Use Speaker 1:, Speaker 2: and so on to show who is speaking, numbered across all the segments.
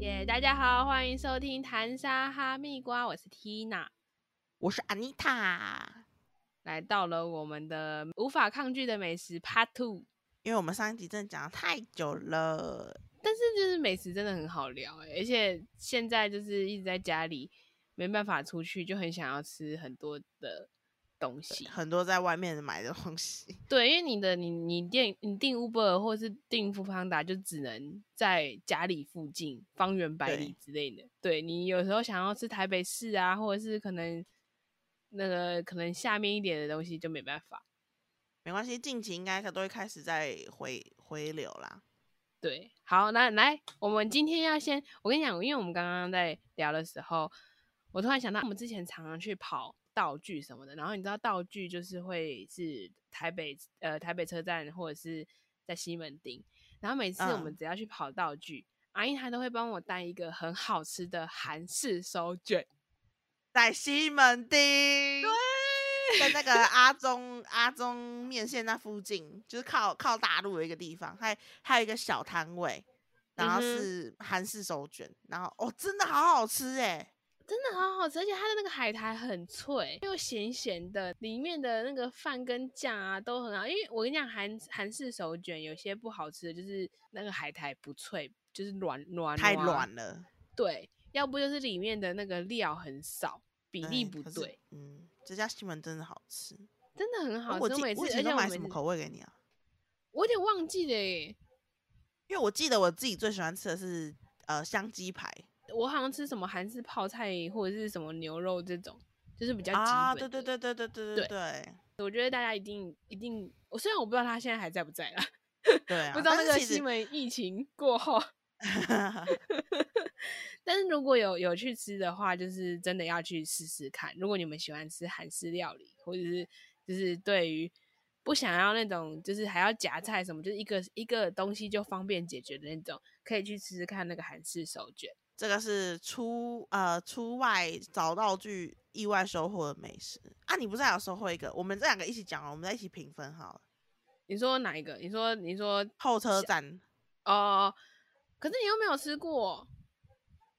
Speaker 1: 耶、大家好，欢迎收听《谈沙哈密瓜》，我是 Tina，
Speaker 2: 我是 Anita。
Speaker 1: 来到了我们的无法抗拒的美食 Part Two。
Speaker 2: 因为我们上一集真的讲得太久了，
Speaker 1: 但是就是美食真的很好聊、欸，而且现在就是一直在家里，没办法出去，就很想要吃很多的东西。
Speaker 2: 很多在外面买的东西，
Speaker 1: 对，因为你的你你订你订 Uber 或是订富邦达，就只能在家里附近方圆百里
Speaker 2: 对
Speaker 1: 之类的。对你有时候想要吃台北市啊，或者是可能那个可能下面一点的东西就没办法。
Speaker 2: 没关系，近期应该都会开始在回回流啦。
Speaker 1: 对，好，那来，我们今天要先，我跟你讲，因为我们刚刚在聊的时候，我突然想到，我们之前常常去跑道具什么的，然后你知道道具就是会是台北呃台北车站或者是在西门町，然后每次我们
Speaker 2: 嗯
Speaker 1: 只要去跑道具，阿英她都会帮我带一个很好吃的韩式手卷，
Speaker 2: 在西门町，在那个阿中阿中面线那附近，就是靠靠大陆的一个地方，还还有一个小摊位，然后
Speaker 1: 嗯哼
Speaker 2: 是韩式手卷，然后哦，真的好好吃哎、
Speaker 1: 真的好好吃，而且它的那个海苔很脆，又咸咸的，里面的那个饭跟酱啊都很好。因为我跟你讲，韩韩式手卷有些不好吃的就是那个海苔不脆，就是软软
Speaker 2: 太
Speaker 1: 软
Speaker 2: 软了，
Speaker 1: 对，要不就是里面的那个料很少，比例
Speaker 2: 哎
Speaker 1: 不
Speaker 2: 可是
Speaker 1: 对，
Speaker 2: 嗯，这家西门真的好吃。哦
Speaker 1: 真的很好
Speaker 2: 啊我
Speaker 1: 吃。
Speaker 2: 记
Speaker 1: 每次
Speaker 2: 我以
Speaker 1: 而
Speaker 2: 前
Speaker 1: 且我
Speaker 2: 都买
Speaker 1: 每
Speaker 2: 什么
Speaker 1: 次
Speaker 2: 口味给你啊？
Speaker 1: 我有点忘记了耶，
Speaker 2: 因为我记得我自己最喜欢吃的是呃香鸡排
Speaker 1: 我好像吃什么韩式泡菜或者是什么牛肉这种，就是比较基本
Speaker 2: 啊，对
Speaker 1: 的
Speaker 2: 对对对对对对对
Speaker 1: 我觉得大家一定一定，我虽然我不知道他现在还在不在啦。
Speaker 2: 对啊！
Speaker 1: 不知道那
Speaker 2: 但是
Speaker 1: 个
Speaker 2: 其实
Speaker 1: 西门疫情过后， 但是如果有有去吃的话，就是真的要去试试看。如果你们喜欢吃韩式料理，或者是就是对于不想要那种就是还要夹菜什么，就是一个一个东西就方便解决的那种，可以去试试看那个韩式手卷。
Speaker 2: 这个是出呃出外找道具意外收获的美食啊！你不是还有收获一个？我们这两个一起讲哦，我们再一起评分好了。
Speaker 1: 你说哪一个？你说你说
Speaker 2: 候车站，
Speaker 1: 哦，可是你又没有吃过。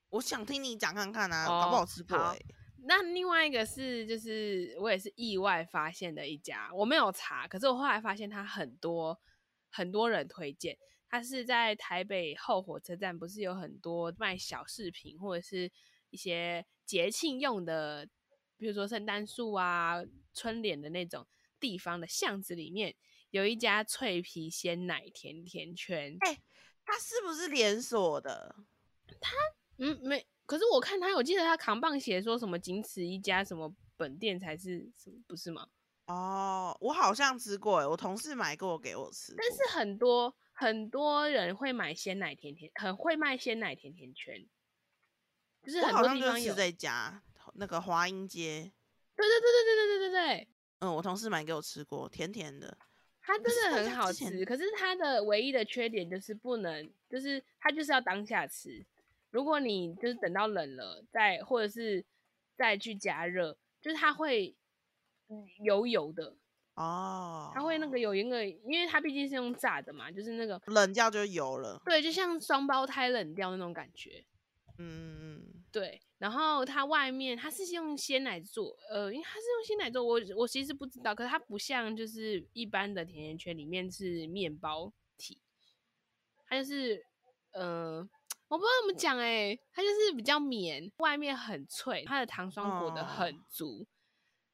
Speaker 2: 我想听你讲看看啊，搞不
Speaker 1: 哦
Speaker 2: 好我吃过、
Speaker 1: 好
Speaker 2: 欸。
Speaker 1: 那另外一个是，就是我也是意外发现的一家，我没有查，可是我后来发现它很多很多人推荐。它是在台北后火车站，不是有很多卖小饰品或者是一些节庆用的，比如说圣诞树啊、春联的那种地方的巷子里面，有一家脆皮鲜奶甜甜圈。
Speaker 2: 它是不是连锁的？
Speaker 1: 嗯，没。可是我看他，我记得他扛棒写说什么仅此一家，什么本店才是什么，不是吗？
Speaker 2: 哦，我好像吃过、欸，我同事买过给我吃过。
Speaker 1: 但是很多很多人会买鲜奶甜甜，很会卖鲜奶甜甜圈，就是
Speaker 2: 我
Speaker 1: 很
Speaker 2: 好
Speaker 1: 多
Speaker 2: 像
Speaker 1: 地
Speaker 2: 就
Speaker 1: 方
Speaker 2: 是
Speaker 1: 有。
Speaker 2: 吃
Speaker 1: 对
Speaker 2: 这家那个华阴街，
Speaker 1: 对对对对对对对对，
Speaker 2: 嗯，我同事买给我吃过，甜甜的。
Speaker 1: 它
Speaker 2: 可是
Speaker 1: 真的
Speaker 2: 大
Speaker 1: 很
Speaker 2: 家
Speaker 1: 好
Speaker 2: 之前
Speaker 1: 吃。可是它的唯一的缺点就是不能，就是它就是要当下吃。如果你就是等到冷了再或者是再去加热，就是它会嗯油油的，
Speaker 2: 哦，
Speaker 1: 它会那个有一个，因为它毕竟是用炸的嘛，就是那个
Speaker 2: 冷掉就有了。
Speaker 1: 对，就像双胞胎冷掉那种感觉。
Speaker 2: 嗯嗯
Speaker 1: 对，然后它外面它是用鲜奶做，呃，因为它是用鲜奶做，我我其实不知道，可是它不像就是一般的甜甜圈里面是面包体，它就是呃，我不知道怎么讲哎、它就是比较绵，外面很脆，它的糖霜裹得很
Speaker 2: 哦
Speaker 1: 足，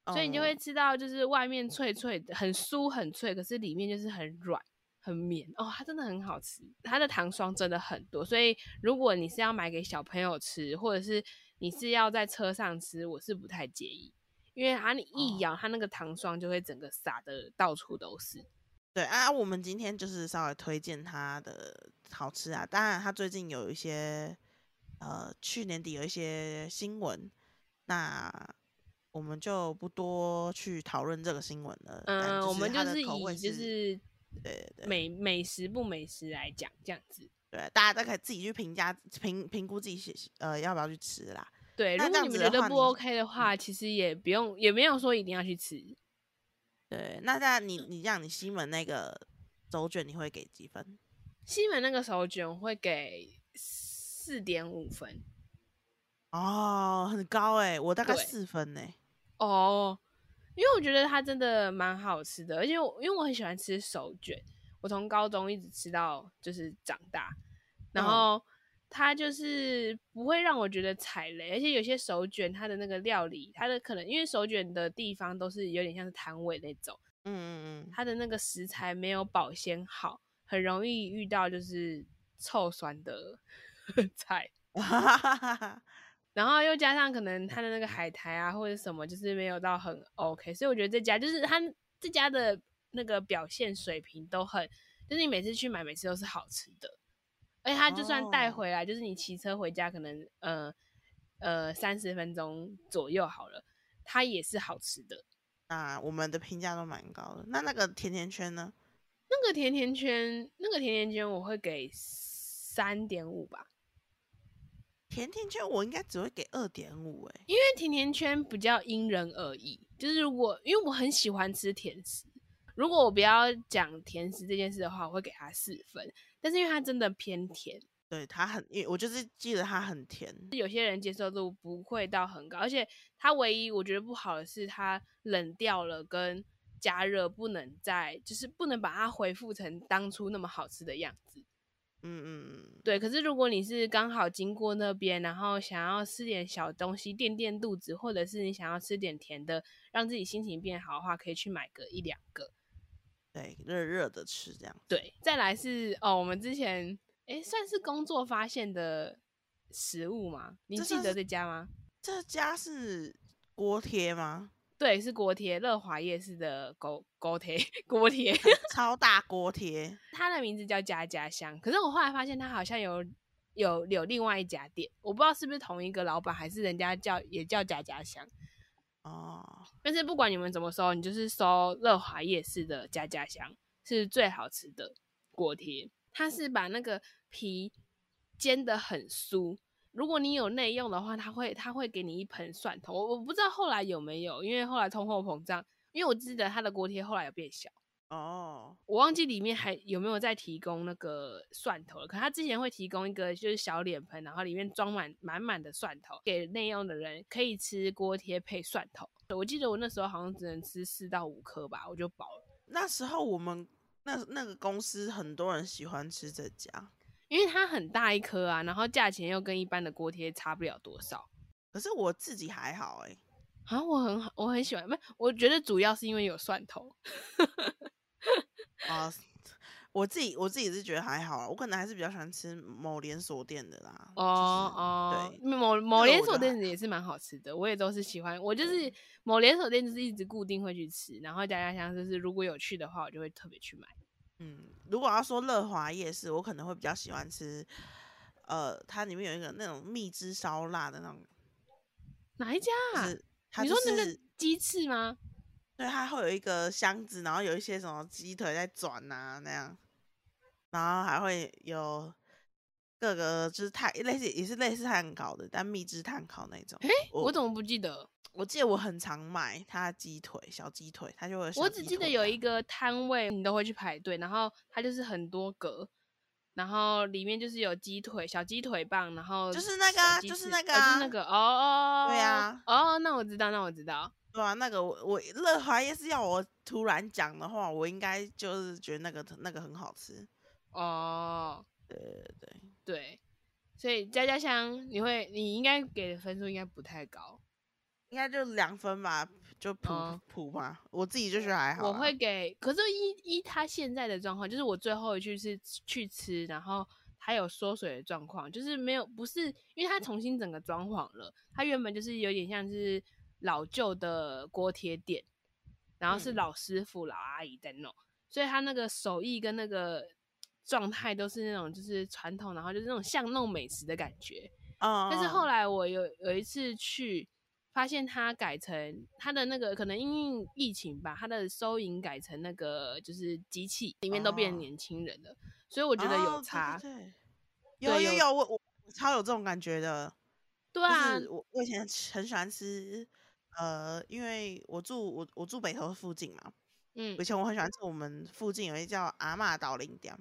Speaker 2: 嗯，
Speaker 1: 所以你就会
Speaker 2: 嗯
Speaker 1: 吃到就是外面脆脆的，很酥很脆，可是里面就是很软。很绵哦，它真的很好吃，它的糖霜真的很多，所以如果你是要买给小朋友吃，或者是你是要在车上吃，我是不太介意，因为啊它你一
Speaker 2: 哦
Speaker 1: 咬，它那个糖霜就会整个撒的到处都是。
Speaker 2: 对啊。我们今天就是稍微推荐他的好吃啊，当然他最近有一些呃，去年底有一些新闻，那我们就不多去讨论这个新闻了。但
Speaker 1: 嗯，我们
Speaker 2: 他
Speaker 1: 就
Speaker 2: 的
Speaker 1: 是
Speaker 2: 口味
Speaker 1: 以就是
Speaker 2: 对对
Speaker 1: 美美食不美食来讲这样子。
Speaker 2: 对，大家都可以自己去评价评评估自己喜呃要不要去吃啦。
Speaker 1: 对，
Speaker 2: 那
Speaker 1: 如果
Speaker 2: 这样
Speaker 1: 你们觉
Speaker 2: 子的
Speaker 1: 得
Speaker 2: 话
Speaker 1: 不
Speaker 2: 你嗯
Speaker 1: OK 的话，其实也不用，也没有说一定要去吃。
Speaker 2: 对，那那你你让你西门那个手卷你会给几分？
Speaker 1: 西门那个手卷会给四四点五分
Speaker 2: 哦，很高哎、我大概
Speaker 1: 对
Speaker 2: 四分欸呢、
Speaker 1: 哦，因为我觉得它真的蛮好吃的，而且我因为我很喜欢吃手卷，我从高中一直吃到就是长大，然
Speaker 2: 嗯
Speaker 1: 后它就是不会让我觉得踩雷，而且有些手卷它的那个料理，它的可能因为手卷的地方都是有点像是摊位那种。
Speaker 2: 嗯嗯嗯，
Speaker 1: 它的那个食材没有保鲜好，很容易遇到就是臭酸的 菜，
Speaker 2: 哈哈哈哈
Speaker 1: 然后又加上可能它的那个海苔啊或者什么，就是没有到很 OK，所以我觉得这家就是它这家的那个表现水平都很，就是你每次去买，每次都是好吃的，而且它就算带
Speaker 2: 哦
Speaker 1: 回来，就是你骑车回家，可能呃呃三十分钟左右好了，它也是好吃的。
Speaker 2: 那我们的评价都蛮高的。那那个甜甜圈呢？
Speaker 1: 那个甜甜圈，那个甜甜圈我会给三点五吧，
Speaker 2: 甜甜圈我应该只会给二点五哎，
Speaker 1: 因为甜甜圈比较因人而异。就是如果因为我很喜欢吃甜食，如果我不要讲甜食这件事的话，我会给它四分。但是因为它真的偏甜，
Speaker 2: 对它很，因为我就是记得它很甜。
Speaker 1: 有些人接受度不会到很高，而且它唯一我觉得不好的是它冷掉了跟加热不能再，就是不能把它恢复成当初那么好吃的样子。
Speaker 2: 嗯嗯嗯，
Speaker 1: 对，可是如果你是刚好经过那边，然后想要吃点小东西垫垫肚子，或者是你想要吃点甜的，让自己心情变好的话，可以去买个一两个。
Speaker 2: 对，热热的吃这样。
Speaker 1: 对，再来是哦，我们之前诶算是工作发现的食物吗？你
Speaker 2: 这
Speaker 1: 记
Speaker 2: 算
Speaker 1: 得
Speaker 2: 是
Speaker 1: 这家吗？
Speaker 2: 这家是锅贴吗？
Speaker 1: 对，是锅贴，乐华夜市的锅锅贴 锅贴，
Speaker 2: 超大锅贴，
Speaker 1: 它的名字叫家家香。可是我后来发现，它好像有有有另外一家店，我不知道是不是同一个老板，还是人家叫也叫家家香。
Speaker 2: 哦，
Speaker 1: 但是不管你们怎么搜，你就是搜乐华夜市的家家香是最好吃的锅贴。它是把那个皮煎得很酥，如果你有内用的话，它会它会给你一盆蒜头。我我不知道后来有没有，因为后来通货膨胀，因为我记得它的锅贴后来有变小，
Speaker 2: 哦，
Speaker 1: 我忘记里面还有没有再提供那个蒜头了。可它之前会提供一个就是小脸盆，然后里面装满满满的蒜头，给内用的人可以吃锅贴配蒜头。我记得我那时候好像只能吃四到五颗吧，我就饱了，
Speaker 2: 那时候我们那那个公司很多人喜欢吃这家，
Speaker 1: 因为它很大一颗啊，然后价钱又跟一般的锅贴差不了多少。
Speaker 2: 可是我自己还好哎、
Speaker 1: 好像我很我很喜欢，不是，我觉得主要是因为有蒜头。
Speaker 2: 啊、我自己我自己是觉得还好啊，我可能还是比较喜欢吃某连锁店的啦。
Speaker 1: 哦哦，
Speaker 2: 对
Speaker 1: 某
Speaker 2: 个
Speaker 1: 某
Speaker 2: 我
Speaker 1: 连
Speaker 2: 就
Speaker 1: 锁
Speaker 2: 还
Speaker 1: 店也是蛮好吃的，我也都是喜欢。我就是某连锁店，就是一直固定会去吃，然后家家香就是如果有去的话，我就会特别去买。
Speaker 2: 嗯，如果要说乐华夜市，我可能会比较喜欢吃，呃，它里面有一个那种蜜汁烧腊的那种，
Speaker 1: 哪一家
Speaker 2: 就
Speaker 1: 啊、
Speaker 2: 是它
Speaker 1: 你
Speaker 2: 就
Speaker 1: 说那
Speaker 2: 是
Speaker 1: 个鸡翅吗？
Speaker 2: 对，它会有一个箱子，然后有一些什么鸡腿在转啊那样，然后还会有各个就是碳，类似也是类似碳烤的，但蜜汁碳烤那种。
Speaker 1: 诶
Speaker 2: 我
Speaker 1: 我怎么不记得？
Speaker 2: 我记得我很常买它的鸡腿，小鸡腿，它就会有小
Speaker 1: 我只
Speaker 2: 鸡
Speaker 1: 记得
Speaker 2: 腿
Speaker 1: 有
Speaker 2: 啊
Speaker 1: 一个摊位，你都会去排队，然后它就是很多格，然后里面就是有鸡腿、小鸡腿棒，然后
Speaker 2: 就是那个
Speaker 1: 小
Speaker 2: 啊
Speaker 1: 鸡
Speaker 2: 就是
Speaker 1: 翅
Speaker 2: 那
Speaker 1: 哦
Speaker 2: 个
Speaker 1: 就是
Speaker 2: 啊
Speaker 1: 那个哦哦，
Speaker 2: 对啊，
Speaker 1: 哦，那我知道，那我知道，
Speaker 2: 对啊，那个我我乐华夜市要我突然讲的话，我应该就是觉得那个那个很好吃。
Speaker 1: 哦，
Speaker 2: 对对对，
Speaker 1: 对，所以家家香你会你应该给的分数应该不太高，
Speaker 2: 应该就两分吧，就普
Speaker 1: 嗯
Speaker 2: 普吧，我自己就觉得还好啊啦。
Speaker 1: 我会给，可是依依他现在的状况，就是我最后一句是去吃，然后他有缩水的状况，就是没有不是因为他重新整个装潢了，他原本就是有点像是老旧的锅贴店，然后是
Speaker 2: 嗯
Speaker 1: 老师傅、老阿姨在弄，所以他那个手艺跟那个状态都是那种就是传统，然后就是那种巷弄美食的感觉。
Speaker 2: 嗯，嗯，
Speaker 1: 但是后
Speaker 2: 来
Speaker 1: 来我有有一次去，发现它改成它的那个可能因应疫情吧，它的收银改成那个就是机器里面都变
Speaker 2: 哦
Speaker 1: 年轻人了，所以我觉得有差。
Speaker 2: 对对对有
Speaker 1: 对
Speaker 2: 有
Speaker 1: 有
Speaker 2: 有，我我我超有这种感觉的。
Speaker 1: 对
Speaker 2: 就
Speaker 1: 啊，
Speaker 2: 是我我以前吃很喜欢吃，呃，因为我住我我住北投附近嘛，
Speaker 1: 嗯
Speaker 2: 以前我很喜欢吃我们附近有一叫阿嬷岛零点，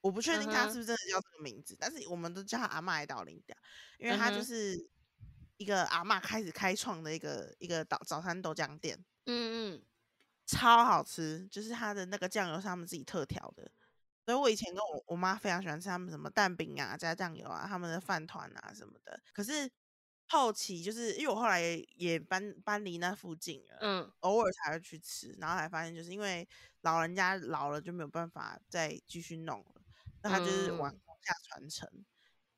Speaker 2: 我不确定
Speaker 1: 嗯
Speaker 2: 他
Speaker 1: 哼
Speaker 2: 是不是真的叫这个名字，但是我们都叫他阿嬷的岛林屌，因为他
Speaker 1: 嗯
Speaker 2: 就
Speaker 1: 哼
Speaker 2: 是一个阿嬷开始开创的一个一个早早餐豆浆店，
Speaker 1: 嗯嗯，
Speaker 2: 超好吃，就是它的那个酱油是他们自己特调的。所以我以前跟我我妈非常喜欢吃他们什么蛋饼啊、加酱油啊、他们的饭团啊什么的。可是后期就是因为我后来也搬搬离那附近了，
Speaker 1: 嗯，
Speaker 2: 偶尔才会去吃，然后才发现就是因为老人家老了就没有办法再继续弄了，那他就是
Speaker 1: 嗯
Speaker 2: 往下传承。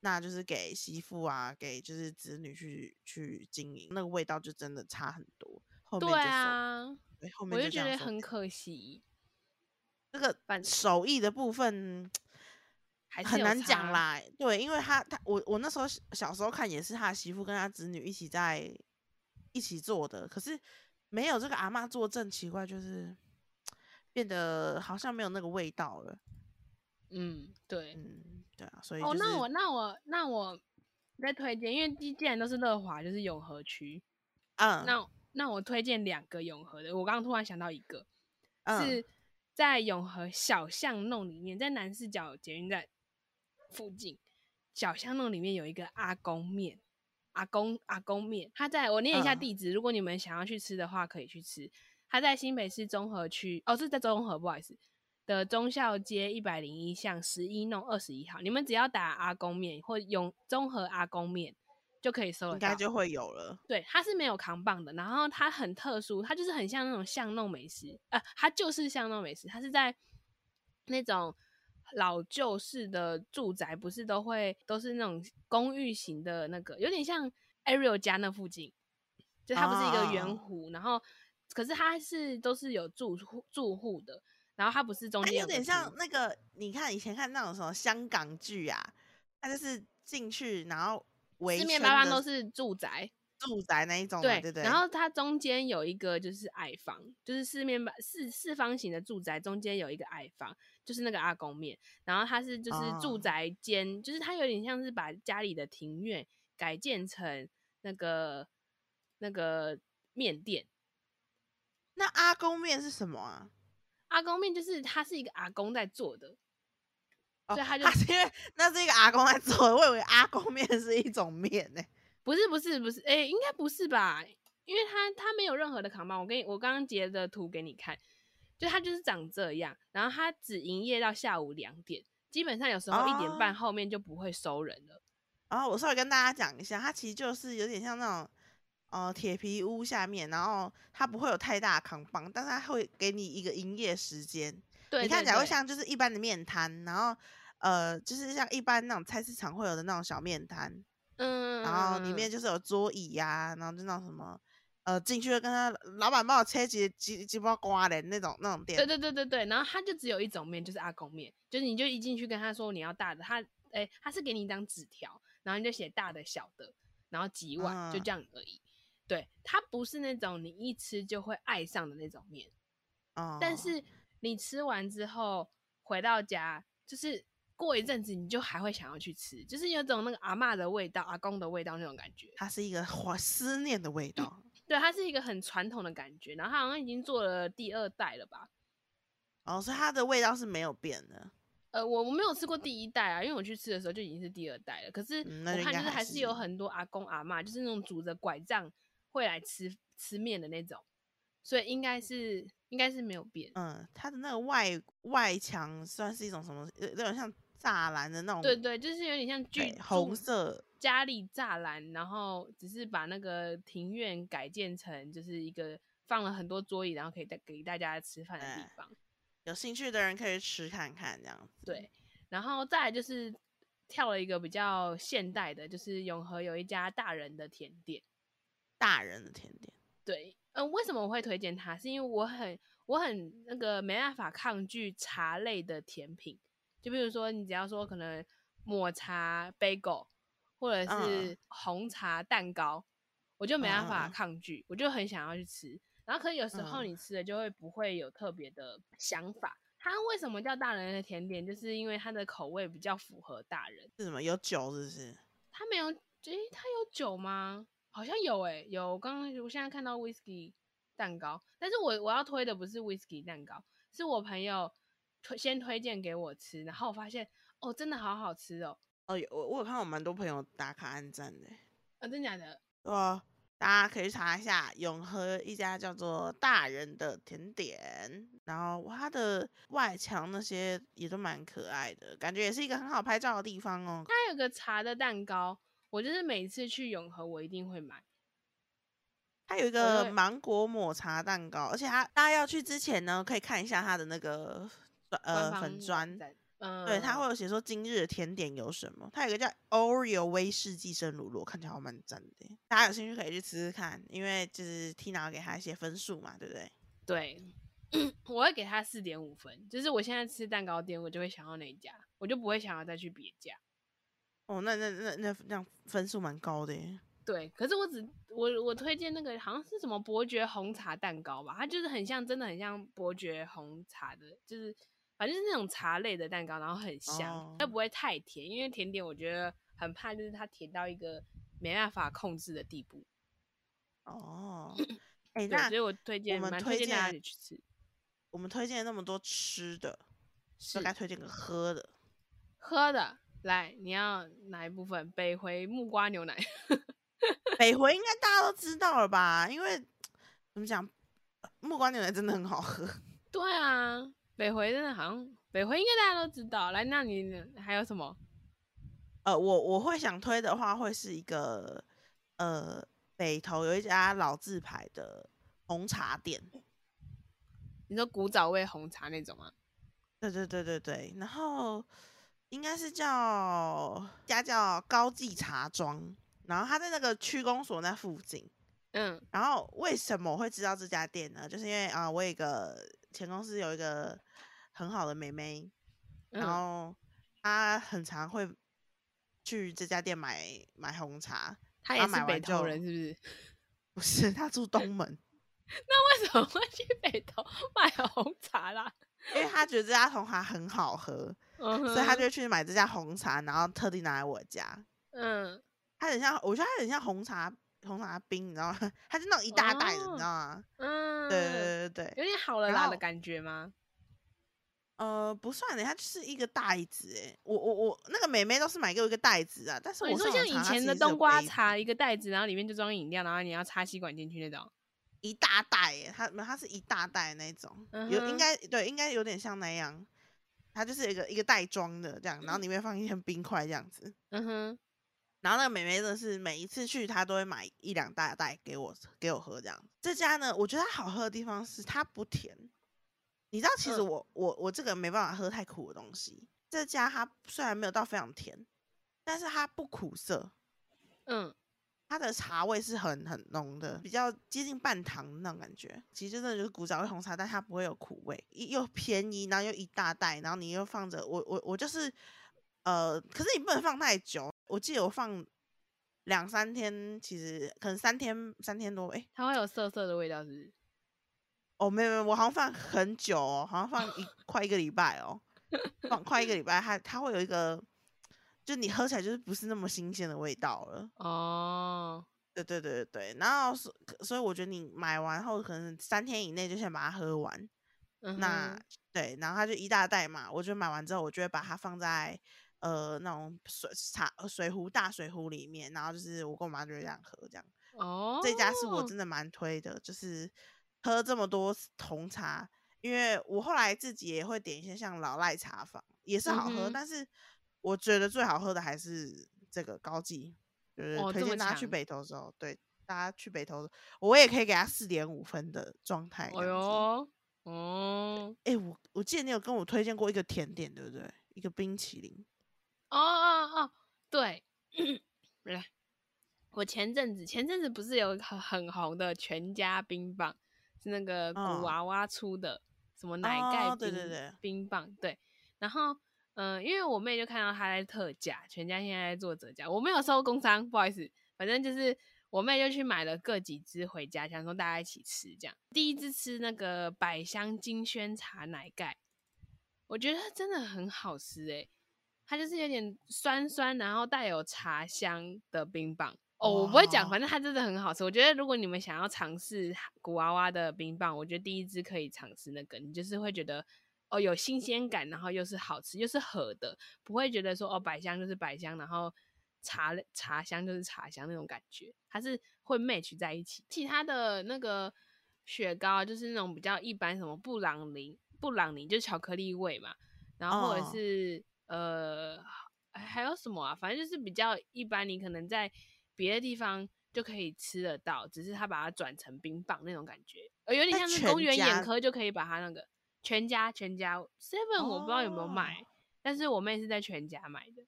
Speaker 2: 那就是给媳妇啊，给就是子女去去经营，那个味道就真的差很多。后面
Speaker 1: 对
Speaker 2: 就收
Speaker 1: 啊，
Speaker 2: 对，后面
Speaker 1: 我就
Speaker 2: 这
Speaker 1: 觉
Speaker 2: 样
Speaker 1: 得
Speaker 2: 收
Speaker 1: 很
Speaker 2: 掉
Speaker 1: 可惜，
Speaker 2: 这个
Speaker 1: 反
Speaker 2: 手艺的部分
Speaker 1: 还是
Speaker 2: 很
Speaker 1: 有
Speaker 2: 难
Speaker 1: 差
Speaker 2: 讲。啦。对，因为他他我我那时候小小时候看也是他的媳妇跟他子女一起在一起做的，可是没有这个阿嬷作证，奇怪就是变得好像没有那个味道了。
Speaker 1: 嗯，对。
Speaker 2: 嗯，对啊，所以、
Speaker 1: 哦
Speaker 2: 就，是、
Speaker 1: 那我那我那我再推荐，因为既既然都是乐华，就是永和区，
Speaker 2: 嗯
Speaker 1: 那那我推荐两个永和的。我刚刚突然想到一个，
Speaker 2: 嗯
Speaker 1: 是在永和小巷弄里面，在南四角捷运站附近，小巷弄里面有一个阿公面，阿公阿公面，他在我念一下
Speaker 2: 嗯
Speaker 1: 地址，如果你们想要去吃的话，可以去吃。他在新北市中和区，哦，是在中和，不好意思。的忠孝街一百零一巷十一弄二十一号，你们只要打阿公面或永中和阿公面就可以搜得
Speaker 2: 应
Speaker 1: 到。
Speaker 2: 该就会有了。
Speaker 1: 对，它是没有扛棒的，然后它很特殊，它就是很像那种巷弄美食，呃，它就是巷弄美食，它是在那种老旧式的住宅，不是都会都是那种公寓型的那个，有点像 Ariel 家那附近，就它不是一个圆
Speaker 2: 哦
Speaker 1: 弧，然后可是它是都是有住户住户的，然后它不是中
Speaker 2: 它
Speaker 1: 间
Speaker 2: 啊有
Speaker 1: 个
Speaker 2: 点像
Speaker 1: 厅
Speaker 2: 那个，你看以前看那种什么香港剧啊，它就是进去然后围
Speaker 1: 四面
Speaker 2: 圈
Speaker 1: 八方
Speaker 2: 的
Speaker 1: 都是住宅，
Speaker 2: 住宅那一种嘛，
Speaker 1: 对
Speaker 2: 对不对？
Speaker 1: 然后它中间有一个就是矮房，就是四面八四四方形的住宅，中间有一个矮房，就是那个阿公面。然后它是就是住
Speaker 2: 哦
Speaker 1: 宅间，就是它有点像是把家里的庭院改建成那个那个面店。
Speaker 2: 那阿公面是什么啊？
Speaker 1: 阿公面就是它是一个阿公在做的，
Speaker 2: 哦
Speaker 1: 所以他就
Speaker 2: 他是因为那是一个阿公在做的，我以为阿公面是一种面呢、
Speaker 1: 不是不是不是，哎、应该不是吧？因为它它没有任何的扛棒，我给你我刚刚截的图给你看，就它就是长这样，然后它只营业到下午两点，基本上有时候一点半
Speaker 2: 哦
Speaker 1: 后面就不会收人了。
Speaker 2: 然后我稍微跟大家讲一下，它其实就是有点像那种呃铁皮屋下面，然后它不会有太大的扛棒，但是它会给你一个营业时间。
Speaker 1: 对，
Speaker 2: 你看
Speaker 1: 对
Speaker 2: 起来会
Speaker 1: 对
Speaker 2: 像就是一般的面摊，然后呃就是像一般那种菜市场会有的那种小面摊，
Speaker 1: 嗯，
Speaker 2: 然后哦里
Speaker 1: 嗯
Speaker 2: 面就是有桌椅呀、然后就那种什么，呃，进去会跟他老板帮我切几几几包瓜的那种那种店。
Speaker 1: 嗯对对对对对，然后它就只有一种面，就是阿公面，就是你就一进去跟他说你要大的，他哎他是给你一张纸条，然后你就写大的小的，然后几碗、就
Speaker 2: 嗯
Speaker 1: 这样而已。对，它不是那种你一吃就会爱上的那种面。
Speaker 2: 哦，
Speaker 1: 但是你吃完之后回到家，就是过一阵子你就还会想要去吃，就是有种那个阿嬷的味道、阿公的味道那种感觉。
Speaker 2: 它是一个怀思念的味道。
Speaker 1: 对，它是一个很传统的感觉，然后它好像已经做了第二代了吧？
Speaker 2: 哦，所以它的味道是没有变的。
Speaker 1: 呃，我我没有吃过第一代啊，因为我去吃的时候就已经是第二代了。可是
Speaker 2: 嗯那
Speaker 1: 我
Speaker 2: 就应
Speaker 1: 看
Speaker 2: 该
Speaker 1: 就是
Speaker 2: 还
Speaker 1: 还是有
Speaker 2: 是
Speaker 1: 很多阿公阿嬷，就是那种拄着拐杖会来吃吃面的那种，所以应该是应该是没有变。
Speaker 2: 嗯，它的那个外外墙算是一种什么，有有点像栅栏的那种，
Speaker 1: 对对，就是有点像居
Speaker 2: 对红
Speaker 1: 住
Speaker 2: 色。
Speaker 1: 家里栅栏，然后只是把那个庭院改建成就是一个放了很多桌椅，然后可以带给大家吃饭的地
Speaker 2: 哎
Speaker 1: 方。
Speaker 2: 有兴趣的人可以吃看看，这样子。
Speaker 1: 对，然后再来就是跳了一个比较现代的，就是永和有一家大人的甜点。
Speaker 2: 大人的甜点，
Speaker 1: 对，嗯、为什么我会推荐它？是因为我很我很那个没办法抗拒茶类的甜品，就比如说你只要说可能抹茶 bagel 或者是红茶蛋糕，我就没办法
Speaker 2: 嗯嗯嗯嗯
Speaker 1: 抗拒，我就很想要去吃。然后可是有时候
Speaker 2: 嗯
Speaker 1: 你吃了就会不会有特别的想法。它为什么叫大人的甜点？就是因为它的口味比较符合大人。
Speaker 2: 是什么？有酒是不是？
Speaker 1: 它没有，诶，它有酒吗？好像有诶、有。刚刚我现在看到 whisky 蛋糕，但是我我要推的不是 whisky 蛋糕，是我朋友推先推荐给我吃，然后我发现哦，真的好好吃哦，
Speaker 2: 哦，有我我有看到蛮多朋友打卡暗赞的欸，
Speaker 1: 啊、真假的？
Speaker 2: 对啊，大家可以去查一下永和一家叫做大人的甜点，然后它的外墙那些也都蛮可爱的，感觉也是一个很好拍照的地方哦。
Speaker 1: 它有个茶的蛋糕，我就是每次去永和我一定会买。
Speaker 2: 它有
Speaker 1: 会
Speaker 2: 一个芒果抹茶蛋糕，而且它大家要去之前呢，可以看一下它的那个
Speaker 1: 官
Speaker 2: 呃
Speaker 1: 方
Speaker 2: 粉
Speaker 1: 网
Speaker 2: 砖，
Speaker 1: 站，嗯，
Speaker 2: 对，它会有写说今日的甜点有什么。它有一个叫 Oreo 威士忌生乳酪，看起来还蛮赞的耶。大家有兴趣可以去吃吃看，因为就是 Tina 给它一些分数嘛，对不对？
Speaker 1: 对， 我会给它四点五分。就是我现在吃蛋糕店，我就会想要那一家，我就不会想要再去别家。
Speaker 2: 哦，那那那那那样分数蛮高的耶。
Speaker 1: 对，可是我只我我推荐那个好像是什么伯爵红茶蛋糕吧，它就是很像，真的很像伯爵红茶的，就是反正就是那种茶类的蛋糕，然后很香
Speaker 2: 哦，
Speaker 1: 它、不会太甜，因为甜点我觉得很怕就是它甜到一个没办法控制的地步。
Speaker 2: 哦，哎、
Speaker 1: 嗯对，
Speaker 2: 那
Speaker 1: 所以我推荐
Speaker 2: 们
Speaker 1: 蛮
Speaker 2: 推
Speaker 1: 推荐
Speaker 2: 荐
Speaker 1: 大家去吃，
Speaker 2: 我们推荐了那么多吃的，
Speaker 1: 是
Speaker 2: 就该推荐个喝 的。
Speaker 1: 喝的。来，你要哪一部分？北回木瓜牛奶。
Speaker 2: 北回应该大家都知道了吧？因为怎么讲，木瓜牛奶真的很好喝。
Speaker 1: 对啊，北回真的好像北回应该大家都知道。来，那你还有什么？
Speaker 2: 呃，我我会想推的话，会是一个呃北投有一家老字牌的红茶店。
Speaker 1: 你说古早味红茶那种吗？
Speaker 2: 对对对对对，然后应该是叫家叫高记茶庄，然后它在那个区公所那附近。
Speaker 1: 嗯，
Speaker 2: 然后为什么我会知道这家店呢？就是因为啊、呃我有一个前公司有一个很好的妹妹，然
Speaker 1: 嗯
Speaker 2: 后她很常会去这家店买买红茶，
Speaker 1: 他也
Speaker 2: 他
Speaker 1: 是
Speaker 2: 买
Speaker 1: 北
Speaker 2: 完
Speaker 1: 投
Speaker 2: 就
Speaker 1: 人，是不 是？
Speaker 2: 不是她住东门，
Speaker 1: 那为什么会去北 投买红茶啦？
Speaker 2: 因为她觉得这家红茶很好喝，
Speaker 1: 所
Speaker 2: 所以她就会去买这家红茶，然后特地拿来我家。
Speaker 1: 嗯，
Speaker 2: 它很像，我觉得它很像红茶红茶冰，你知道吗？ 它就那种一大袋的，你
Speaker 1: 哦
Speaker 2: 知道吗？
Speaker 1: 嗯，
Speaker 2: 对对对对对，
Speaker 1: 有点好了
Speaker 2: 然
Speaker 1: 啦
Speaker 2: 后
Speaker 1: 的感觉吗？
Speaker 2: 呃，不算的，它就是一个袋子哎。我我我那个妹妹都是买给我一个袋子啊，但是
Speaker 1: 哦
Speaker 2: 我
Speaker 1: 你说
Speaker 2: 上网
Speaker 1: 像以
Speaker 2: 查它其
Speaker 1: 前的
Speaker 2: 实是有
Speaker 1: 冬瓜
Speaker 2: 杯子
Speaker 1: 茶，一个袋子，然后里面就装饮料，然后你要插吸管进去那种。
Speaker 2: 一大袋耶，它它是一大袋那种，有
Speaker 1: 嗯哼
Speaker 2: 应该对，应该有点像那样。它就是一个一个袋装的这样，然后里面放一些冰块这样子。
Speaker 1: 嗯哼，
Speaker 2: 然后那个妹妹真的是每一次去，她都会买一两大袋给我给我喝这样。这家呢，我觉得它好喝的地方是它不甜。你知道，其实
Speaker 1: 嗯
Speaker 2: 我、我我这个人没办法喝太苦的东西。这家它虽然没有到非常甜，但是它不苦涩，
Speaker 1: 嗯，
Speaker 2: 它的茶味是很很浓的，比较接近半糖的那种感觉。其实真的就是古早味红茶，但它不会有苦味，一又便宜，然后又一大袋，然后你又放着我我我就是呃，可是你不能放太久。我记得我放两三天，其实可能三天三天多，诶，
Speaker 1: 它会有涩涩的味道，是不是？
Speaker 2: 哦，没有没有，我好像放很久哦，好像放一快一个礼拜哦，放快一个礼拜，它它会有一个，就你喝起来就是不是那么新鲜的味道了。
Speaker 1: 哦，
Speaker 2: 对对对对对，然后所所以我觉得你买完后可能三天以内就先把它喝完，
Speaker 1: 嗯
Speaker 2: 那
Speaker 1: 哼
Speaker 2: 对，然后它就一大袋嘛，我就买完之后，我就会把它放在呃那种水茶呃水壶大水壶里面，然后就是我跟我妈就会这样喝这样。
Speaker 1: 哦，
Speaker 2: 这家是我真的蛮推的，就是喝这么多红茶，因为我后来自己也会点一些像老赖茶坊，也是好
Speaker 1: 嗯
Speaker 2: 喝，
Speaker 1: 哼
Speaker 2: 但是我觉得最好喝的还是这个高记，就是
Speaker 1: 哦
Speaker 2: 推
Speaker 1: 这么
Speaker 2: 荐大家去
Speaker 1: 强
Speaker 2: 北投的时候，对大家去北投的，我也可以给他四点五分的状态。
Speaker 1: 哎
Speaker 2: 呦，
Speaker 1: 呦，哦，
Speaker 2: 哎、我我记得你有跟我推荐过一个甜点，对不对？一个冰淇淋，
Speaker 1: 哦哦哦，对， 来，我前阵子前阵子不是有一个很很红的全家冰棒，是那个
Speaker 2: 哦
Speaker 1: 古娃娃出的，什么奶盖冰、
Speaker 2: 哦对对对
Speaker 1: 冰棒，对。然后，嗯、因为我妹就看到她在特价，全家现在在做折价，我没有收工商，不好意思，反正就是我妹就去买了各几只回家，想说大家一起吃这样。第一只吃那个百香金萱茶奶盖，我觉得它真的很好吃诶、它就是有点酸酸，然后带有茶香的冰棒。哦，我不会讲，
Speaker 2: 哇
Speaker 1: 反正它真的很好吃。我觉得如果你们想要尝试古娃娃的冰棒，我觉得第一支可以尝试那个，你就是会觉得哦有新鲜感，然后又是好吃，又是合的，不会觉得说哦百香就是百香，然后茶类茶香就是茶香那种感觉，它是会 match 在一起。其他的那个雪糕就是那种比较一般，什么布朗尼，布朗尼就是巧克力味嘛，然后或者
Speaker 2: 哦
Speaker 1: 是、呃还有什么啊？反正就是比较一般，你可能在别的地方就可以吃得到，只是他把它转成冰棒那种感觉，呃，有点
Speaker 2: 那
Speaker 1: 像是
Speaker 2: 全
Speaker 1: 公园眼
Speaker 2: 家
Speaker 1: 科就可以把它那个全家全家 seven 我不知道有
Speaker 2: 哦
Speaker 1: 没有卖，但是我妹是在全家买的。